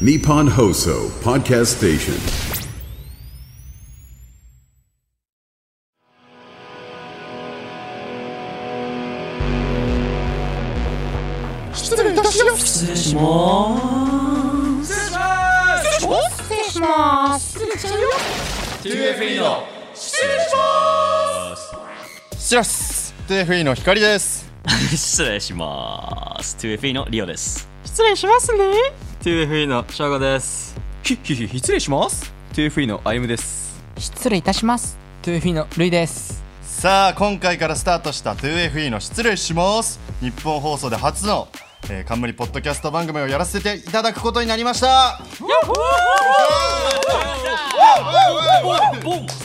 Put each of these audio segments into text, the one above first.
Nippon Hoso Podcast Station. 失礼いたします失礼します失礼します失礼します失礼します失礼しちゃうよ TFE のシラス TFE の光です失礼します 2FE のリオです失礼しますね TFE のシャゴですひひひ失礼します TFE のあゆむです失礼いたしますさあ今回からスタートした 2FE の失礼します日本放送で初の、えー冠ポッドキャスト番組をやらせていただくことになりました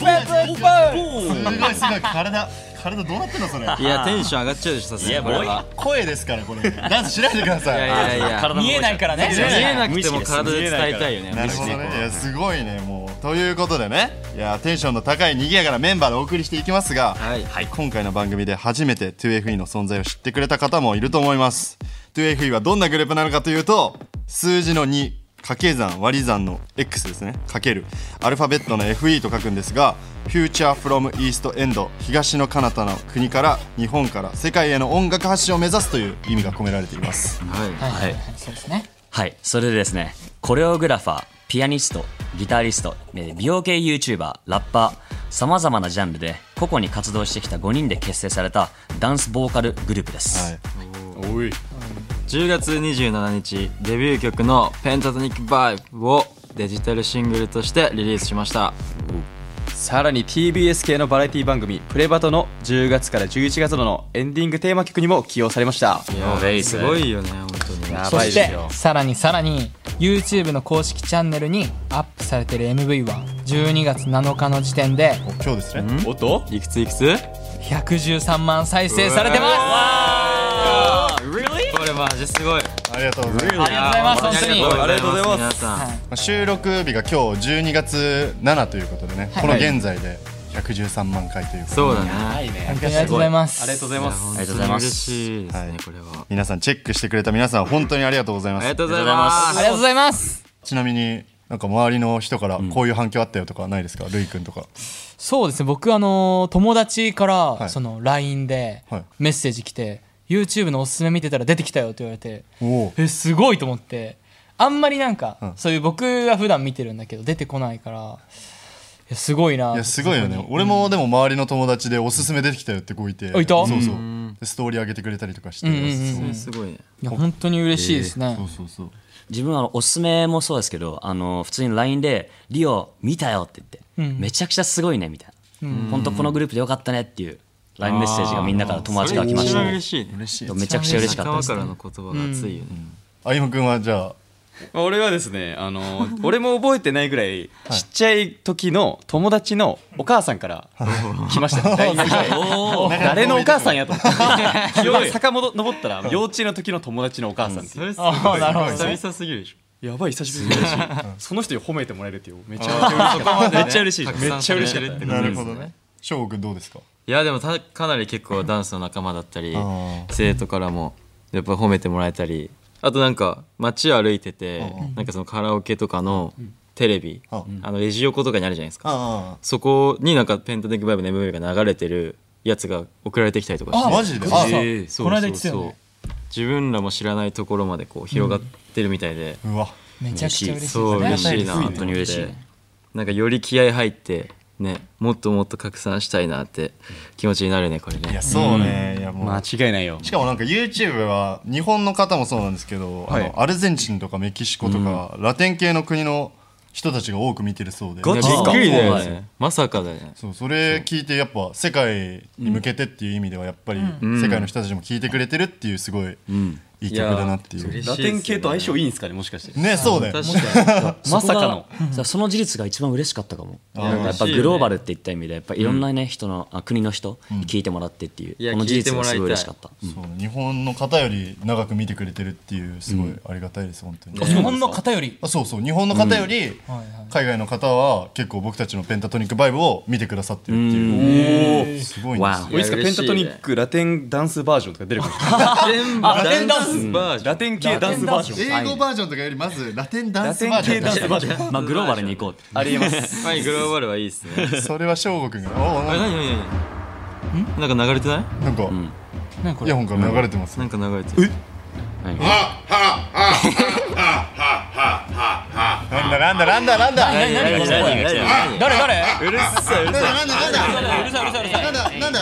すごいす ごい体体どうなってんのそれいやテンション上がっちゃうでしょさすがいやにこれもうは声ですからこれダンスしないでくださいいやいやいや見えないからね見えなくても体で伝えたいよねなるほどねいやすごいねもうということでねいやテンションの高い賑やかなメンバーでお送りしていきますが、はい今回の番組で初めて 2FE の存在を知ってくれた方もいると思います 2FE はどんなグループなのかというと数字の2掛け算割り算の X ですねかけるアルファベットの FE と書くんですが Future from East End 東の彼方の国から日本から世界への音楽発信を目指すという意味が込められていますはいはいそれでですねコレオグラファーピアニストギタリストえー美容系 YouTuber ラッパーさまざまなジャンルで個々に活動してきた5人で結成されたダンスボーカルグループです、おい10月27日デビュー曲の「ペンタトニックバイブ」をデジタルシングルとしてリリースしましたさらに TBS 系のバラエティ番組プレバトの10月から11月度のエンディングテーマ曲にも起用されましたいやーすごいよね本当にやそばいしですてよさらにさらに YouTube の公式チャンネルにアップされてる MV は12月7日の時点で今日ですねおっといくついくつ113万再生されてまこれマジすごいありがとうございますすありがとうごありざいます本当にがとうございます皆さんまあ収録日が今日12月7ということでね、この現在で113万回ということでそうだね本当にありがとうございますありがとうございますありがとうございます嬉しいですはねいこれは皆さんチェックしてくれた皆さん本当にありがとうございまありすがとうございますありがとうございますちなみになんか周りの人からこういう反響あったよとかはないですか、ルイ君とかそうですね僕あの友達かいらその LINE ではいメッセージ来て YouTube のおすすめ見てたら出てきたよって言われておおえすごいと思ってあんまりなんかそういう僕が普段見てるんだけど出てこないからいやすごいないいやすごいよね俺もでも周りの友達でおすすめ出てきたよってこういてあいたそうそうでストーリー上げてくれたりとかして、うんうんうんすごいねいや本当に嬉しいですね、そうそうそう自分はあのおすすめもそうですけどあの普通に LINE で「リオ見たよ」って言って、めちゃくちゃすごいね」みたいな「本当このグループでよかったね」っていう LINE メッセージがみんなから友達から来まし一た番嬉しいね嬉しいめちゃくちゃ嬉しかっ仲たで間すからの言葉が熱いよねあゆむ君はじゃあまあ俺はですねあ の俺も覚えてないぐらいちっちゃい時の友達のお母さん から来ま した大好きで誰のお母さんやと思って記憶坂登ったら幼稚園の時の友達のお母さんっていうれすごいなるほど久々すぎるでしょやばい久しぶりだしその人に褒めてもらえるっていうめちゃめちゃ嬉しかっためっちゃ嬉しいめっちゃ嬉しかったねなるほどね翔吾君どうですかいやでもたかなり結構ダンスの仲間だったりー生徒からもやっぱ褒めてもらえたりあとなんか街歩いててなんかそのカラオケとかのテレビああのレジ横とかにあるじゃないですかあそこになんかペンタテックバイブの MV が流れてるやつが送られてきたりとかしてあマジであえーそうこの間そう言ってたよねそう自分らも知らないところまでこう広がってるみたいで、うわめちゃくちゃ嬉しいそう嬉ですねしいな本当に嬉しいと思ってなんかより気合入ってねもっともっと拡散したいなって気持ちになるねこれいねやそうね、いやもう間違いないよしかもなんか YouTube は日本の方もそうなんですけど、はいあのアルゼンチンとかメキシコとか、ラテン系の国の人たちが多く見てるそうでびチかっくりだよねまさかだよねそうそれ聞いてやっぱ世界に向けてっていう意味ではやっぱり世界の人たちも聞いてくれてるっていうすごいいい曲だなっていう、ラテン系と相性いいんですかねもしかしてねそうだよ確かにまさかののその事実が一番嬉しかったかもなんかやっぱグローバルっていった意味でやっぱいろんなね人のあ国の人に聞いてもらってっていういやこの事実がすごい嬉しかったそう日本の方より長く見てくれてるっていうすごいありがたいです本当に、日本の方よりあそうそう日本の方より海外の方は結構僕たちのペンタトニックバイブを見てくださってるっていう、すごいんですよわおこれいつかペンタトニックラテンダンスバージョンとか出るかもしれない全部ララテンダンススバージョン ラテン系ダンスバージョン英語バージョンとかよりまずラテンダランステバーンジョ系ンダンスバージョンまあグローバルに行こうありえますはいグローバルはいいっすねそれは翔吾くんがおおあれな何何何なんか流れてないんか何イこれヤホンから流れてますなんか流れてるなんだなんだなんだなんだなんだ何何何何誰誰うるさいうるさいなんだなんだうるさいうるさいうるさいなんだなんだ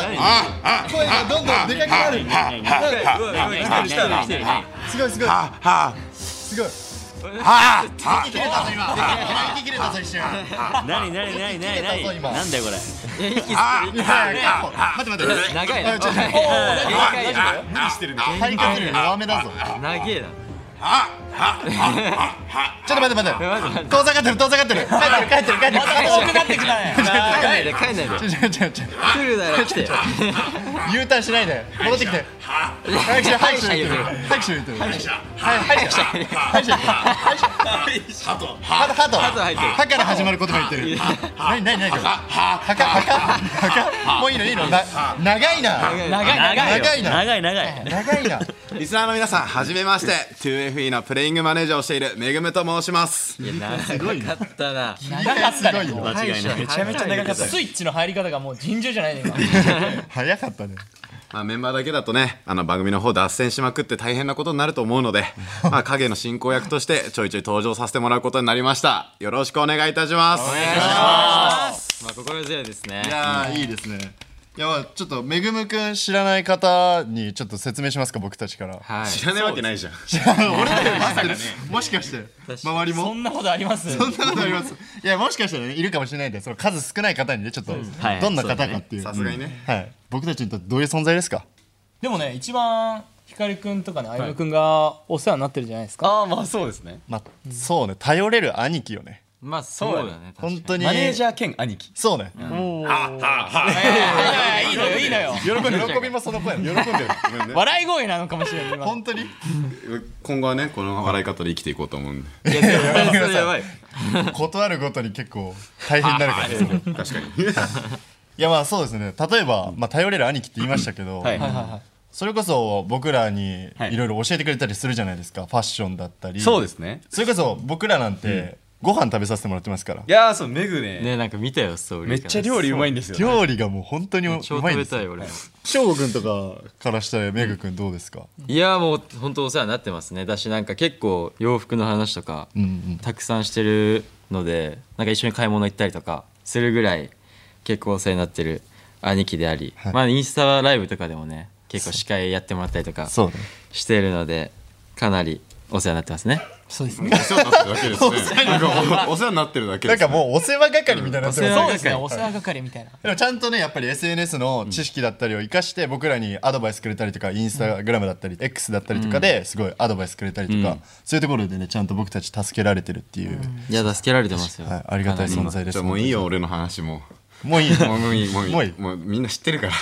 声がどんどんでかくなるうわうわ来てる来てる来てるすごいすごいすごい息切れたぞ今息切れたぞ一瞬何何何聞何いてたぞ何今なんだよこれいや息吸ってる待って待って長いあなちょっとおー長いな無理してるね体格より弱めだぞ長いなちょっと待って待ってまずまず遠ざかってる遠ざかってる帰ってる帰ってる帰ってる遠くなってきた ね帰んないで帰んないでちょちょちょちょ来るなら来てよ U ターンしないで戻ってきて早くしろ早くしろ言ってる早くしろ言ってる早くしろ早くしろ早くしろハトハト入ってるハから始まる言葉言ってる何何何これハカハカハカもういいのいいのな長いな長い長い長いな長い長い長いなリスナーの皆さん、はじめまして、2FE のプレイングマネージャーをしているめぐむと申します。いや長かったな長かったねすごいよ間違いないめちゃめちゃ長かったスイッチの入り方がもう尋常じゃないね今早かったねまあ、メンバーだけだとね、あの番組の方脱線しまくって大変なことになると思 うので、まあ、影の進行役としてちょいちょい登場させてもらうことになりました。よろしくお願いいたします。まあ心強いですねいやーいいですねいやまあちょっとめぐむくん知らない方にちょっと説明しますか僕たちからはい知らないわけないじゃん。 俺らより知ってるもしかして周りもそんなことありますそんなことあります。いや、もしかしたらね、いるかもしれないんで、その数少ない方にね、ちょっと、はいどんな方かっていう。さすがにね。はい。僕たちにとってどういう存在ですかで もね一番光くんとかね歩夢くんがお世話になってるじゃないですかああまあそうですねまあ、そうね、頼れる兄貴よね。まあそうだね本当に。マネージャー。ャー兼兄貴そうね。いいのよいいのよ喜び、喜びもその声。喜んでる。ごめんね笑い声なのかもしれない今本当に。今後はね、この笑い方で生きていこうと思うんで。いやそれはそれやばい断るごとに結構大変になるから、ね。確か に。いや、まあ、そうですね。例えば、まあ、頼れる兄貴って言いましたけど。はいそれこそ僕らにはいいろいろ教えてくれたりするじゃないですか、ファッションだったりそうですねそれこそ僕らなんてご飯食べさせてもらってますからいやーそうメグねねなんか見たよストーリーめっちゃ料理うまいんですよ料理がもう本当にう超ま食いんでべすたいよ俺も翔吾くんとかからしたらめぐくんどうですかいやもう本当お世話になってますねだしなんか結構洋服の話とかうんうんたくさんしてるのでなんか一緒に買い物行ったりとかするぐらい結構お世話になってる兄貴であり、はいまあインスタライブとかでもね結構司会やってもらったりとかそうねしてるのでかなりお世話になってますねお世話になってるだけですね。なんかおお世話になってるだけなでんす、かね。もうお世話係みたいになってますお世ね話そうですねお世話係みたいなでもちゃんとねやっぱり SNS の知識だったりを生かして僕らにアドバイスくれたりとかインスタグラムだったり X だったりとかですごいアドバイスくれたりとかそういうところでねちゃんと僕たち助けられてるっていういや助けられてますよ、はいありがたい存在でじすゃあもういいよ、俺の話も。もういいもういいもういいもういいもうみんな知ってる から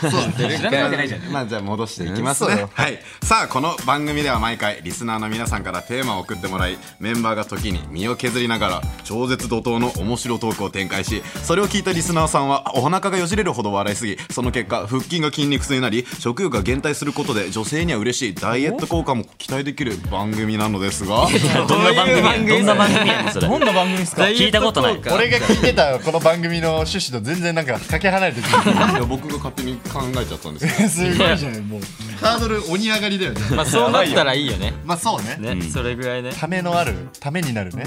知ってるからまあじゃあ戻していきますそうねよはいさあこの番組では毎回リスナーの皆さんからテーマを送ってもらいメンバーが時に身を削りながら超絶怒涛の面白トークを展開しそれを聞いたリスナーさんはお腹がよじれるほど笑いすぎその結果腹筋が筋肉痛になり食欲が減退することで女性には嬉しいダイエット効果も期待できる番組なのですがどんな番組やどんな番組やねんそれどんな番組ですか聞いたことない俺が聞いてたこの番組の趣旨と全然なんかかけ離れてるいや僕が勝手に考えち ゃ ったんですけどすごいじゃないもうハードル鬼上がりだよねまあそうなったらいいよねまあそうねね、それぐらいねためのあるためになるね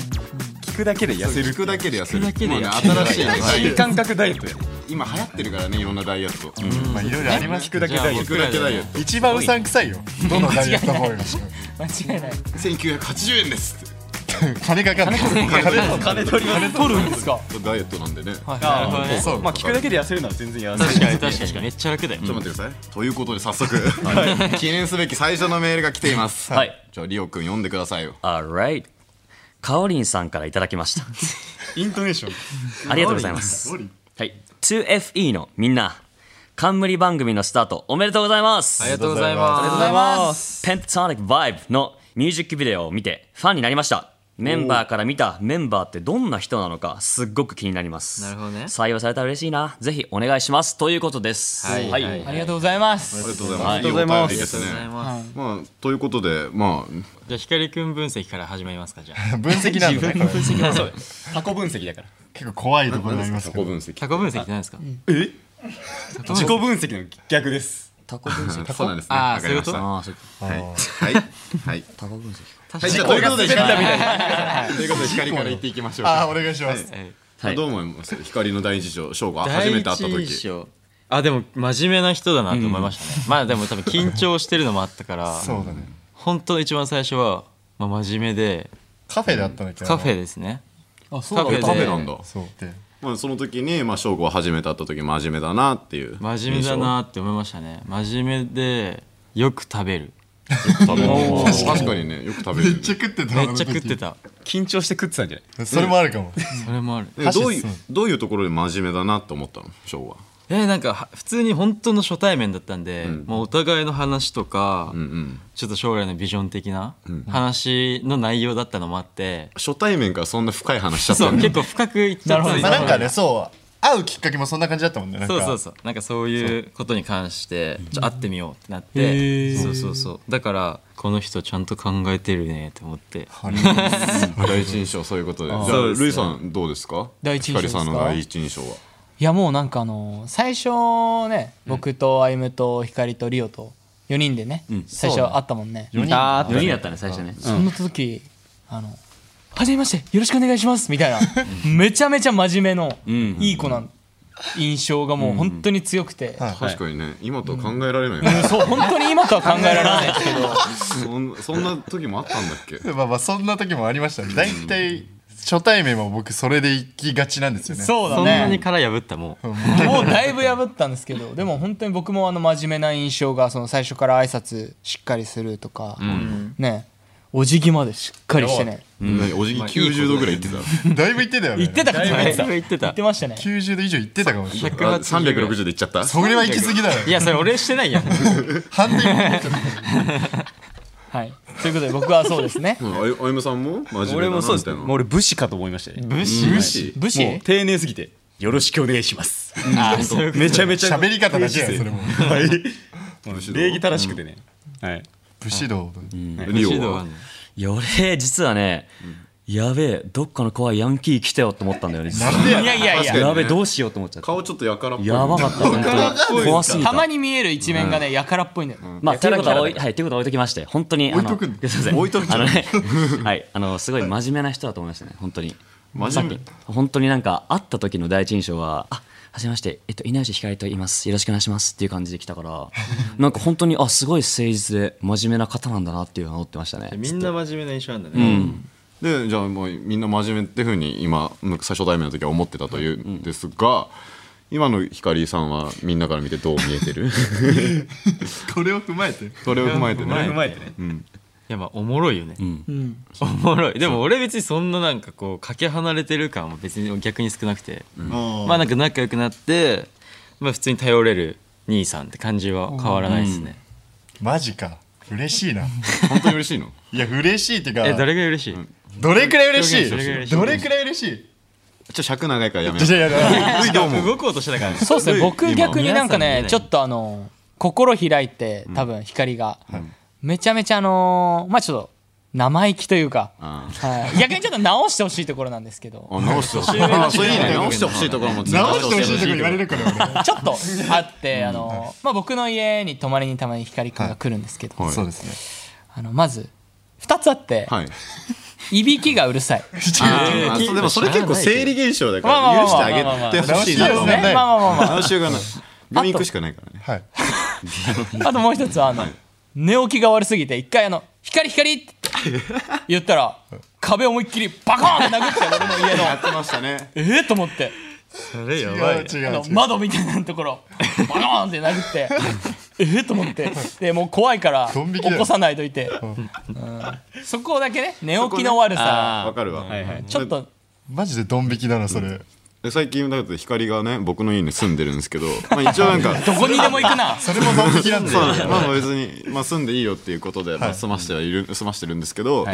聞くだけで痩せる聞くだけで痩せ聞くるだけでもうね痩新しいの新感覚ダイエットや今流行ってるからねいろんなダイエット、まあいろいろありますけどじゃあ僕らでだよ一番うさんくさいよどのダイエット方法より間違いない1980円ですって金かかんない金金取ります取るんですかダイエットなんでね、なるほどねそうまあ聞くだけで痩せるのは全然痩確せかないに確かにめっちゃ楽だよ、ちょっと待ってください、ということで早速、記念すべき最初のメールが来ていますはいじゃあリオくん読んでくださいよ Alright かおりんさんからいただきましたイントネーションありがとうございます。はい、2FE のみんな、冠番組のスタートおめでとうございます。ありがとうございますありがとうございますペンタトニック Vibe のミュージックビデオを見てファンになりました。メンバーから見たメンバーってどんな人なのかすっごく気になりますなるほどね採用されたら嬉しいなぜひお願いしますということですはいはいはいありがとうございますありがとうございます。ありがとうございますお便りですね。ますまあということでまあじゃあ光くん分析から始まりますかじゃ あ分析なんだねこれそう過去分析だから結構怖いところになります自け己ど分析。タコ分析って何ですか自己分析の逆ですタコ分析そうなんですね。あーわかりましたそういうはああそういはいはい。タコ分析確かはいにじゃあということで光ということで光から言っていきましょうあーか。お願いしますはいどう思います光の第一章翔が初第め一て会った印時。象あでも真面目な人だなと思いましたね、まあでも多分緊張してるのもあったから そうだね本当一番最初は、まあ、真面目でカフェだったんだけどカフェですねあそカフェカでフェなんだ。そうでまあその時にまあ翔吾は初めて会った時真面目だなっていう。真面目だなって思いましたね真面目でよく食べる印象。食べ物確かにねよく食べめるっ。ちゃ食ってためなっちゃ食ってた緊張して食ってたんじゃないそれもあるかもそれもあるえどういうどういうところで真面目だなって思ったの翔は。えーなんかは普通に本当の初対面だったんで、もうお互いの話とか、うんうん。ちょっと将来のビジョン的な話の内容だったのもあって、初対面からそんな深い話しちゃっそたうの。結構深くいっちゃったまあなんかかねそう会うきっかけもそんな感じだったもんねなんかそうそうそうなんかそういうことに関してちょっと会ってみようってなってそうそうそうだからこの人ちゃんと考えてるねって思って第一印象そういうことで。じゃあそうですねルイさんどうですか？第一印象ですか光さんの第一印象は。いやもうなんかあの最初ね僕と歩夢と光とリオと4人でね最初会ったもんね4人あ4人だったね最初ねそんな時あの「はじめましてよろしくお願いします」みたいなめちゃめちゃ真面目のいい子な印象がもう本当に強くてはい確かにね今とは考えられなうんいよね。そう本当に今とは考えられないですけどそんそんな時もあったんだっけ？まあまあそんな時もありましたね大体初対面も僕それで行きがちなんですよねそうそだんなにね殻破ったもうもうだいぶ破ったんですけどでも本当に僕もあの真面目な印象がその最初から挨拶しっかりするとかねお辞儀までしっかりしてね何おじぎ90度ぐらい行ってた。だいぶ行ってたよね言ってたからだい言ぶ言ってたってましたね90度以上行ってたかもしれない180 360で行っちゃった。それは行き過ぎだよいやそれ俺してないやん半年はいということで僕はそうですねうんあゆあゆむさんも真面目だな俺もそうみですたいねな。もう俺武士かと思いましたね無視無視。 武もう士丁寧すぎてよろしくお願いしますめちゃめちゃ喋り方だけやそれも はい士礼儀正しくてねはい武士道リオは。いや俺実はねやべえどっかの怖いヤンキー来たよって思ったんだよね実はいやいやい確かにやねやべえどうしようと思っちゃった顔ちょっとやからっぽい。やばかった本当に怖すぎたたまに見える一面がねやからっぽいんだよねまあ、ということは置い、はい、ということは置いときまして、本当に、あの、置いとく すいません置いとくあのね、はい、あの、すごい真面目な人だと思いましたね、本当に。真面目さっき、本当になんか、会った時の第一印象は、あ、はじめまして、えっと、稲内光と言います。よろしくお願いします。っていう感じで来たから、なんか本当に、あ、すごい誠実で、真面目な方なんだなっていうのを思ってましたね。みんな真面目な印象なんだねでじゃあもうみんな真面目ってふうに今最初対面の時は思ってたというんですが、今の光さんはみんなから見てどう見えてるこれを踏まえてそれを踏まえてねうまいねいやまあおもろいよね、おもろいでも俺別にそんななんかこうかけ離れてる感も別に逆に少なくて、まあなんか仲良くなって、まあ、普通に頼れる兄さんって感じは変わらないですね、マジか嬉しいな本当に嬉しいのいや嬉しいっていうかえどれぐらい嬉しい、どれくらい嬉しどれくらい嬉いしいどれくらい嬉しちょ尺長いからやめいいやいやいやうどうも動こうとしてたからねそうですね僕逆になんかね皆ちさん見えなょいっとあの心開いて多分光がめちゃめちゃあのーまあちょっと生意気というか、あはい、逆にちょっと直してほしいところなんですけどあ直してほしいあそういう意味ね直してほしいところも直してほしいとこ言われるから俺ちょっとあって、あのーまあ、僕の家に泊まりにたまに光くんが来るんですけど、はいそうですねあのまず2つあって、はいい、びきがうるさいあーそうでもそれ結構生理現象だかまあまあまあらま許してああげてほしいな直しとよう思うねまあまあまあまあ直しようがない病院行くしかないからねはいあともう一つはあの、寝起きが悪すぎて一回あの「光光!」って言ったら壁思いっきりバコーンって殴って俺の家の やってましたねええと思ってそれや違ばいう違あう違のう窓みたいなところバコーンって殴ってええと思ってでもう怖いからドン引きだよ起こさないといて、うんそこだけね寝起きの悪さ、わかるわはいはいちょっとマジでドン引きだなそれで最近だって光がね僕の家に住んでるんですけど、まあ、一応なんかどこにでも行くなそれも残敵なんだそうよなんですまあまあ別に、まあ、住んでいいよっていうことで、まあ、済ましてはいる、済ましてるんですけど、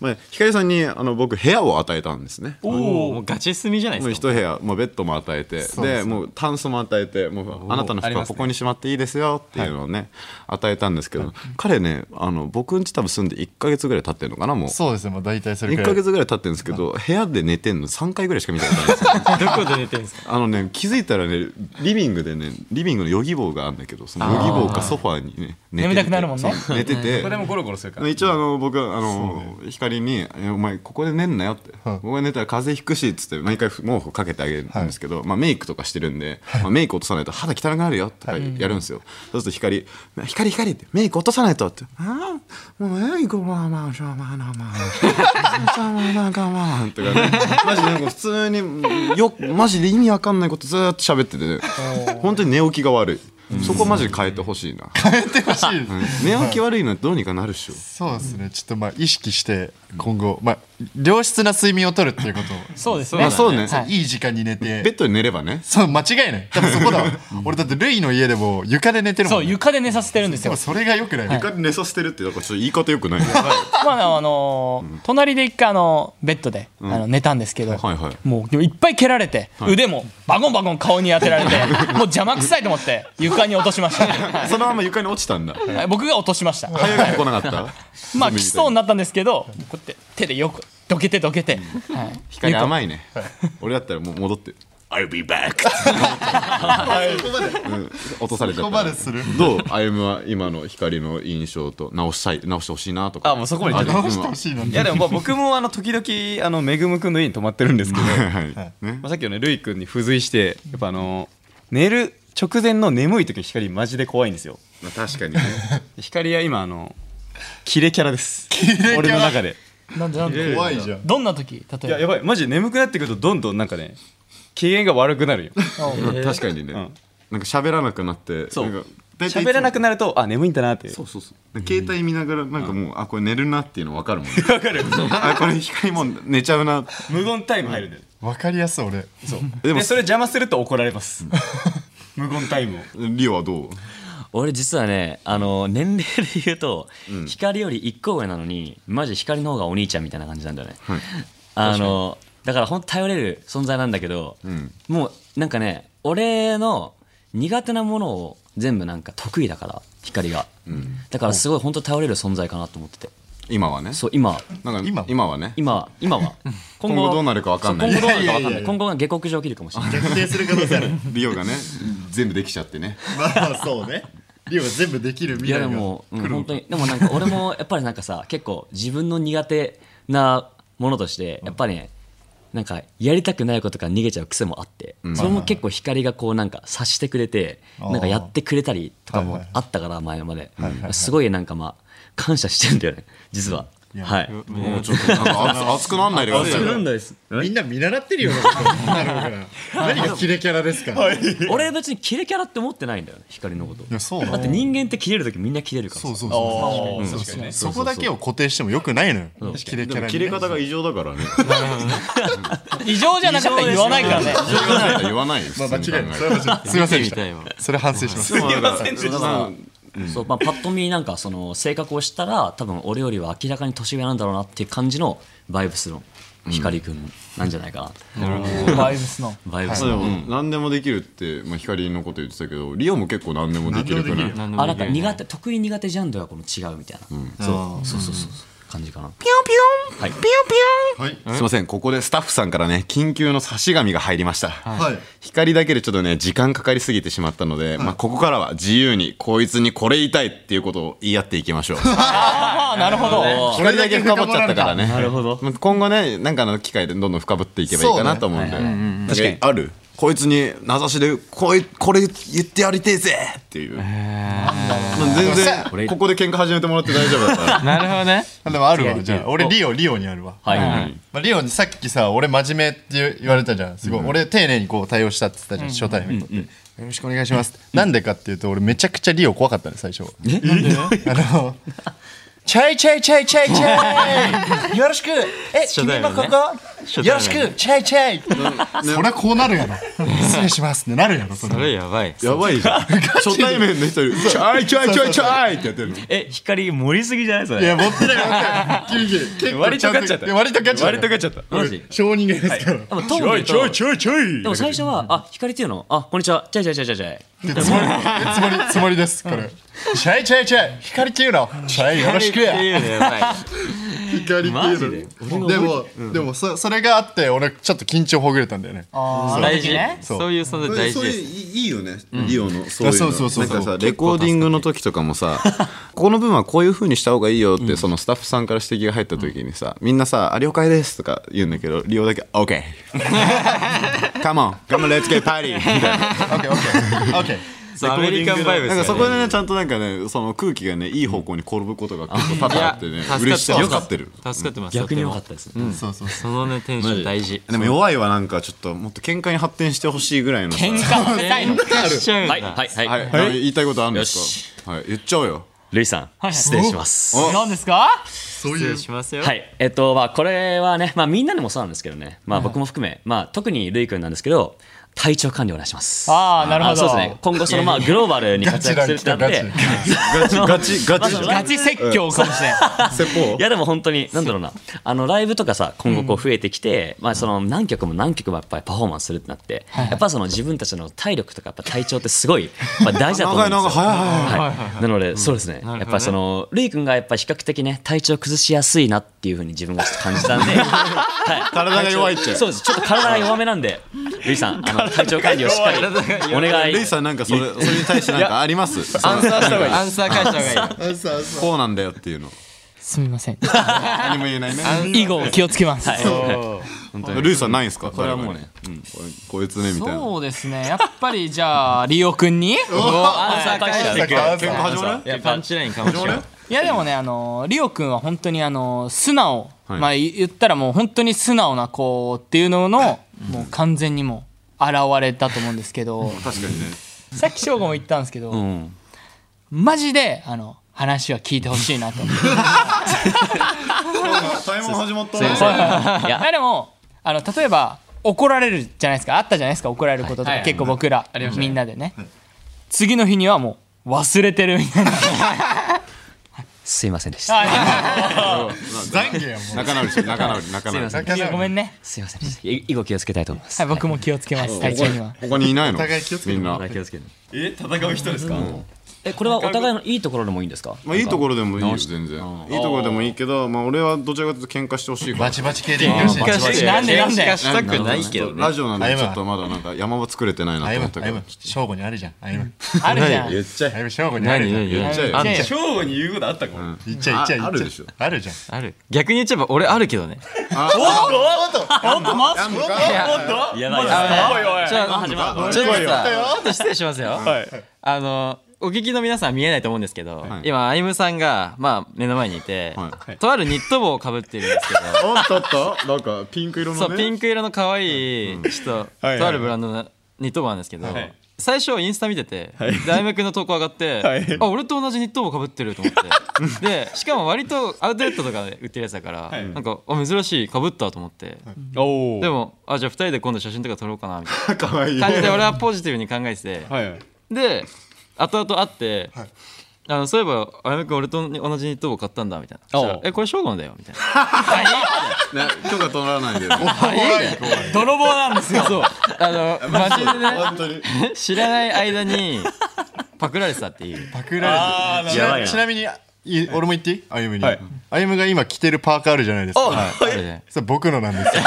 まあ、光さんにあの僕部屋を与えたんですねおおもうガチ住みじゃないもうです一か部屋もうベッドも与えてでもうタンスも与えてもうあなたのあり服まはすねここにしまっていいですよっていうのをね、与えたんですけど、彼ねあの僕ん家多分住んで1か月ぐらい経ってるのかなもうそうですねもう大体それ1くらかい月ぐらい経ってるんですけど部屋で寝てんの3回ぐらいしか見たことないんですよ どこで寝てるんですかあのね気づいたらねリビングでねリビングのヨギ棒があるんだけどそのヨギ棒かソファーにね寝てて眠たくなるもんねそう寝ててこれもゴロゴロするから一応あの僕あの光にえ「お前ここで寝んなよ」って「ここで寝たら風邪ひくし」っつって毎回毛布かけてあげるんですけど、まあ、メイクとかしてるんで、まあ、メイク落とさないと肌汚くなるよとかやるんですよ、そうすると光「光光」って「メイク落とさないと」って「ああもうメイクまあまあしょうまあまあまあしょうまあまあかまあ」とかねマジでなんか普通によマジで意味わかんないことずーっと喋ってて、ね、本当に寝起きが悪い。そこマジで変えてほしいな、欲 しいです寝起き悪いのどうにかなるっしょそうですねちょっとまあ意識して今後、まあ、良質な睡眠をとるっていうことをそうですまあねそうね、はいい時間に寝ベてッドで寝ればねそう間違いない多分そこだわ俺だってルイの家でも床で寝てるもそん、うね、床で寝させてるんですでよもそれがよくない、床で寝させてるってなんかちょっと言い方よくないねまああのー隣で一回あのベッドであの寝たんですけどはいはいもうでもいっぱい蹴られて腕もバゴンバゴン顔に当てられてもう邪魔くさいと思って床に落としましたそのまま床に落ちたんだはい僕が落としました早く来なかったまあ来そうになったんですけどこうやって手でよくどけてどけてはい 光甘いね俺だったらもう戻って I'll be back うん落とされちゃそこっまたでするどう歩は今の光の印象と直したい直してほしいなとかあもうそこまであ行る直っしてほしいのにいやでもまあ僕もあの時々あのめぐむくんの家に泊まってるんですけどはいはいねまあさっきのねるいくんに付随してやっぱあの寝る直前の眠い時の光マジで怖いんですよまあ確かにね光は今あのキレキャラですキャラ俺の中でなんでなんで怖いじゃんどんな時い例やえやばいマジで眠くなってくるとどんどんなんかね機嫌が悪くな るよまあ 確かにねなんんか喋らなくなってそうなんか大体いつも喋らなくなるとあ眠いんだなってそうそうそう携帯見ながらなんかもう、あこれ寝るなっていうの分かるもんね 分かるあこれ光もう寝ちゃうな無言タイム入るんだよわかりやすい俺そうででもそれ邪魔すると怒られます無言タイムをリオはどう俺実はねあの年齢で言うと、光より1個上なのにマジ光の方がお兄ちゃんみたいな感じなんだよね、あのだから本当頼れる存在なんだけど、もうなんかね俺の苦手なものを全部なんか得意だから光が、だからすごい本当頼れる存在かなと思ってて今はねそう今なんか今は今はね今は 今は今後どうなるか分かんないそう今後どうなるか分いやいかんやないいや今後は下克上起きるかもしれない逆転する可能性あるリオがね全部できちゃってね まあそうねリオは全部できるい未や来でがも、うん、本当にでもなんか俺もやっぱりなんかさ 結構自分の苦手なものとしてやっぱりねなんかやりたくないことから逃げちゃう癖もあって、それも結構光がこうなんか察してくれて、あーなんかやってくれたりとかもあったから前まで、すごいなんかまあ感謝してるんだよね実は、はいもう ちょっとなんか熱熱くなんないでくださいよみんな見習ってるようなことになるから何がキレキャラですか、い、い俺別にキレキャラって思ってないんだよね光のことやそうだって人間って切れる時みんな切れるからさそうそうそう確かにねそこだけを固定してもよくないのよキレキでャもラ切れ方が異常だ からねば異常じゃなかったら言わないからね異常じゃないと言わないよまあ間違いない普そ通れに考は間違いないすいませんでみしたいわたそれ反省しますえたらだから、そうまあ、パッと見なんかその性格をしたら多分俺よりは明らかに年上なんだろうなっていう感じのバイブスの光くんなんじゃないかな、バイブスのバイブスまあでの、も何でもできるって、まあ、光のこと言ってたけどリオも結構何でもできるから何でもあいないんけどかね苦手得意苦手ジャンルはこの違うみたいな、そうそうそうそうそう感じかなはいすいませんここでスタッフさんからね緊急の差し紙が入りました、はい光だけでちょっとね時間かかりすぎてしまったので、まあ、ここからは自由にこいつにこれ言いたいっていうことを言い合っていきましょうああなるほど光だけ深掘っちゃったからねなるほどまあ今後ねなんかの機会でどんどん深掘っていけばいいかなと思うんで、確かにあるこいつに名指しでこいこれ言ってやりてえぜっていう、まあ全然ここで喧嘩始めてもらって大丈夫だ からなるほどねあでもあるわじゃあ俺リオリオにあるわはい、まあ、リオにさっきさ俺真面目って言われたじゃんすごい、俺丁寧にこう対応したって言ったじゃん、初対面にとって、よろしくお願いしますって、なんでかっていうと俺めちゃくちゃリオ怖かったね最初え あの チャイチャイチャイチャイチャイよろしくえ君もここよろしくチェイチェイ そりゃこうなるやろ失礼しますってなるやろそそれやば いやばいじゃん初対面の人 より「ちょいちょいちょいちょい」ってやってるのえ、光盛りすぎじゃないそいれ。や持ってない持って ないキリキリ結構割と勝っちゃったいや割と勝っちゃった割と勝っちゃったマジ小人間ですからでも、トーンで言うとょいちょいでも最初は、あ、光っていうのあ、こんにちは。ちゃいちゃいちゃいちゃいちゃい。でつもりつ もりつもりですこれチェイチェイチェイ光っていうのチェイよろしくやっていうのやばい光っていうのでもでもそそれがあって俺ちょっと緊張ほぐれたんだよねあー大事ねそうういう存在大事そうでいうすいいよね、リオのそういうのそうそうそうそうなんかさレコーディングの時とかも さこの部分はこういう風にした方がいいよって、そのスタッフさんから指摘が入った時にさみんなさ「あ了解です」とか言うんだけどリオだけ「OK」「カモンカモンレッツゲーパーティー」みたい な。オッケーオッケーオ ッケーそうアメリカンバイブなんかですそよこねでねちゃんとなんかねその空気がねいい方向に転ぶことが結構多い々あやってね助かって嬉しいよ 助かかっってるた助かってます逆に良かったですね。そうそうそそのねテンション大事でも弱いはなんかちょっともっと喧嘩に発展してほしいぐらいのさ喧嘩しちゃうんだはい、はい、は、はいい。はい、言いたいことあるんですかはい言っちゃおうよルイさん、失礼します。何ですかう失いう礼しますよはい。えっと、まあ、これはね、まあ、みんなでもそうなんですけどね。まあ、僕も含め、まあ、特にルイ君なんですけど、体調管理お願いします。あーなるほどそうですね。今後、その、まあ、グローバルに活躍するってなって、ガ チガチガチじゃんガチ説教かもしれない説法いやでも本当に、なんだろうな、あのライブとかさ、今後こう増えてきて、まあその何曲も何曲もやっぱりパフォーマンスするってなって、やっぱその自分たちの体力とかやっぱ体調ってすごい、まあ大事だと思うんですよ。長い長いはいはいはいなので、そうですね、やっぱりその、ルイ君がやっぱり比較的ね、体調崩しやすいなっていうふうに自分がちょっと感じたんで、はい体が弱いっちゃうそうです、ちょっと体が弱めなんで、ルイさん、あの体調管理をしっかりお願い。レイさんなんかそれそれに対してなんかありますそアのンサーした方がいいアンサー返した方がいいこうなんだよっていうのすみません何も言えないね以後気をつけますルイさんないんすかこれはもうねこいつねみたいなそうですねやっぱりじゃあリオくんにアンサー返していくアンサ喧嘩始まるいやパンチラインかもしれないいやでもねあのリオくんは本当にあの素直、まあ言ったらもう本当に素直な子っていうののもう完全にもう現れだと思うんですけど確かにねさっき翔吾も言ったんですけど、んマジであの話は聞いてほしいなと思ってタイム始まったいやでもあの例えば怒られるじゃないですかあったじゃないですか怒られることとか、はいはい結構僕ら、みんなでね、次の日にはもう忘れてるみたいなすいませんでした。懺悔やも仲直りして仲直り仲直りすいまんごめんね、すいませんでした。い以後気をつけたいと思います。はい、僕も気をつけます体調にはここにいないの互い気をつけてみんな気をつけて。え戦う人ですかえこれはお互いのいいところでもいいんですか？まあいいところでもいいよ全然いいところでもいいけどまあ俺はどちらかというと喧嘩してほしいからバチバチ系でいってほしい喧嘩しなんでなんで喧嘩したくないけどねラジオなんあで今ちょっとまだなんか山場作れてないなあとや思ばったいあからやばい正午にあるじゃんあやばいあるじゃん言っちゃあえやばい正午にあるじゃん何言っちゃえよ何いやいや正午に言うことあったかも言っちゃい言っちゃい言っちゃあいあるでしょあるじゃんある逆に言っちゃえば俺あるけどねやんのかやばいやばい。ちょっと始まるちょっとさちょっと失礼しますよあのお聞きの皆さんは見えないと思うんですけど、い今あいむさんが、まあ、目の前にいて、はいとあるニット帽をかぶってるんですけど、おっとっとなんかピンク色のねそうピンク色の可愛いちょっと、とあるブランドのニット帽なんですけど、最初インスタ見てて、であいむくんの投稿上がって、あ俺と同じニット帽かぶってると思ってでしかも割とアウトレットとかで売ってるやつだから、なんかあ珍しいかぶったと思って、おでもあじゃあ2人で今度写真とか撮ろうかなみたいなかわい い感じで俺はポジティブに考えてて。はいで後々会って、あのそういえばあやめくん俺と同じニット帽買ったんだみたいなそしたらおうえこれ正午のだよみたいなね許可取らないでね泥棒なんですよそうあのマジ本当にでね 知らない間にパクられてたっていうパクられてるちやばいななちなみにい俺も言っていいあゆむにあゆむが今着てるパーカーあるじゃないですかあれでそれ僕のなんですよ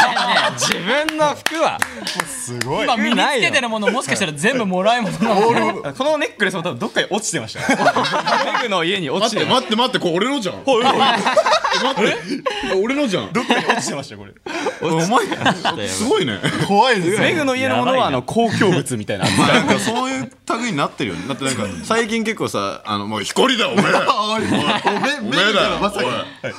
自分の服はすごい今身につけてるものもしかしたら全部もらい物なのこのネックレスも多分どっかに落ちてました ペグの家に落ち待ってて待って待ってこれ俺のじゃんえ待って俺のじゃん落ちてましたこれお前すごいね怖いですペねグの家のものはあの公共物みたいなまあ なんかそういう類になってるよねだってなんか最近結構さあのもう光だお前おいおいおめおめだよまさに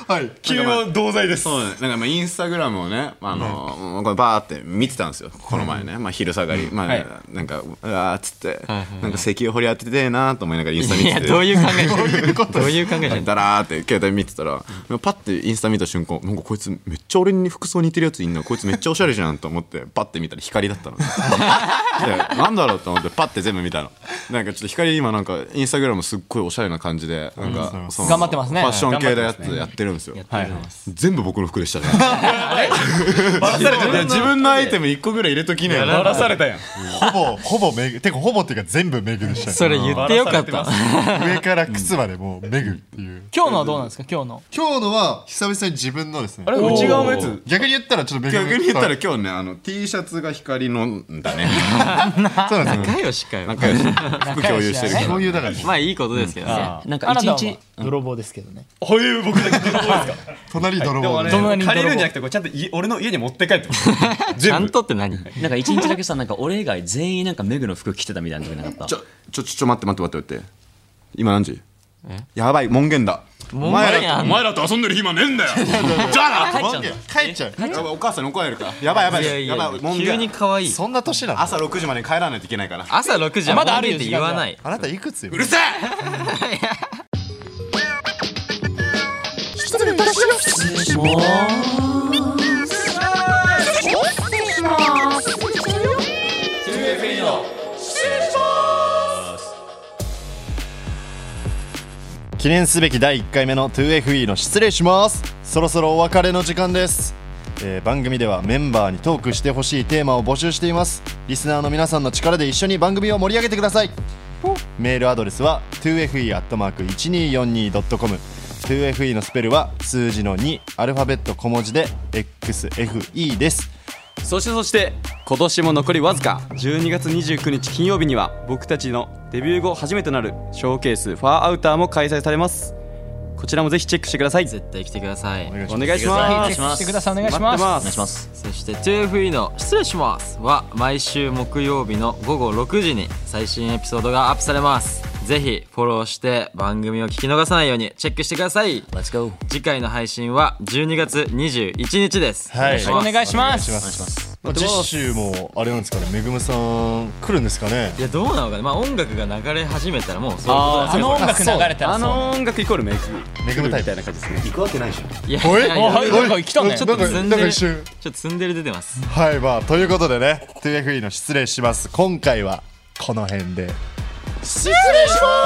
はい君も同罪です。そうね、なんかまあインスタグラムをね、あの、うんこれバーって見てたんですよ。この前ね、まあ昼下がり、まあ、はいなんかうわーっつって、なんか石油掘り当ててえなーと思いながらインスタ見いてやて。どういう考えじゃんどういう考 えじゃんだらーって携帯見てたら、パッてインスタ見た瞬間なんかこいつめっちゃ俺に服装似てるやついんなこいつめっちゃおしゃれじゃんと思ってパッて見たら光だ ったのでなんだろうと思ってパッて全部見たのなんかちょっと光今なんかインスタグラムすっごいおしゃれな感じでなんかその頑張ってますねファッション系のやつやってるんですよ全部僕の服でした ねいや自分のアイテム1個ぐらい入れときねバラされたやんほぼほぼめぐてかほぼっていうか全部めぐるしそれ言ってよかった上から靴までもうめぐるっていう。今日のはどうなんですか今日の今日のは久々に自分のですね。あれ内側のやつ逆に言ったらちょっとめぐる。逆に言ったら今日ねあの T シャツが光のんだねそうなんですよ。仲良しかよ仲良し服共有してるけどそういうだからまあいいことですけどねなんかあな一たは日泥棒ですけどね隣泥でも棒あれで。隣に泥棒借りるんじゃなくてこれちゃんとい俺の家に持って帰ってちゃんとって何なんか一日だけさなんか俺以外全員なんかメグの服着てたみたいな時なかったちょちょちょちょ待って待って待って待って今何時やばい門限だお前らお前らと遊んでる暇ねえんだよじゃあな帰っちゃう帰っちゃう。やばいお母さんに怒られるからやばいやばいいやいややばい門急に限可愛いそんな年なの。朝6時までに帰らないといけないから朝6時はまだあるよって言わないあなたいくつよう。るせえ記念すべき第1回目の 2FE の失礼しますそろそろお別れの時間です、えー番組ではメンバーにトークしてほしいテーマを募集していますリスナーの皆さんの力で一緒に番組を盛り上げてくださいメールアドレスは 2fe.1242.com 2fe のスペルは数字の2アルファベット小文字で xfe ですそしてそして今年も残りわずか12月29日金曜日には僕たちのデビュー後初めてとなるショーケースファーアウターも開催されますこちらもぜひチェックしてください絶対来てくださいお願いしおます願いしおま願いすしましてすくださいお願いしますお願いしますそして 2FE の「失礼します」は毎週木曜日の午後6時に最新エピソードがアップされますぜひフォローして番組を聞き逃さないようにチェックしてください Let's go 次回の配信は12月21日です、はいお願いしますまあ次週もあれなんですかねめぐむさん来るんですかねいやどうなのかなまあ音楽が流れ始めたらもうそういうあの音楽流れたらあそうの音楽イコールメイクめぐむタイみプたいな感じですねいやおいいやいやおいなんか来たねちょっと積んなんかでる一ちょ瞬っと積んでる出てますはいまあということでね 2FE の失礼します今回はこの辺で失礼します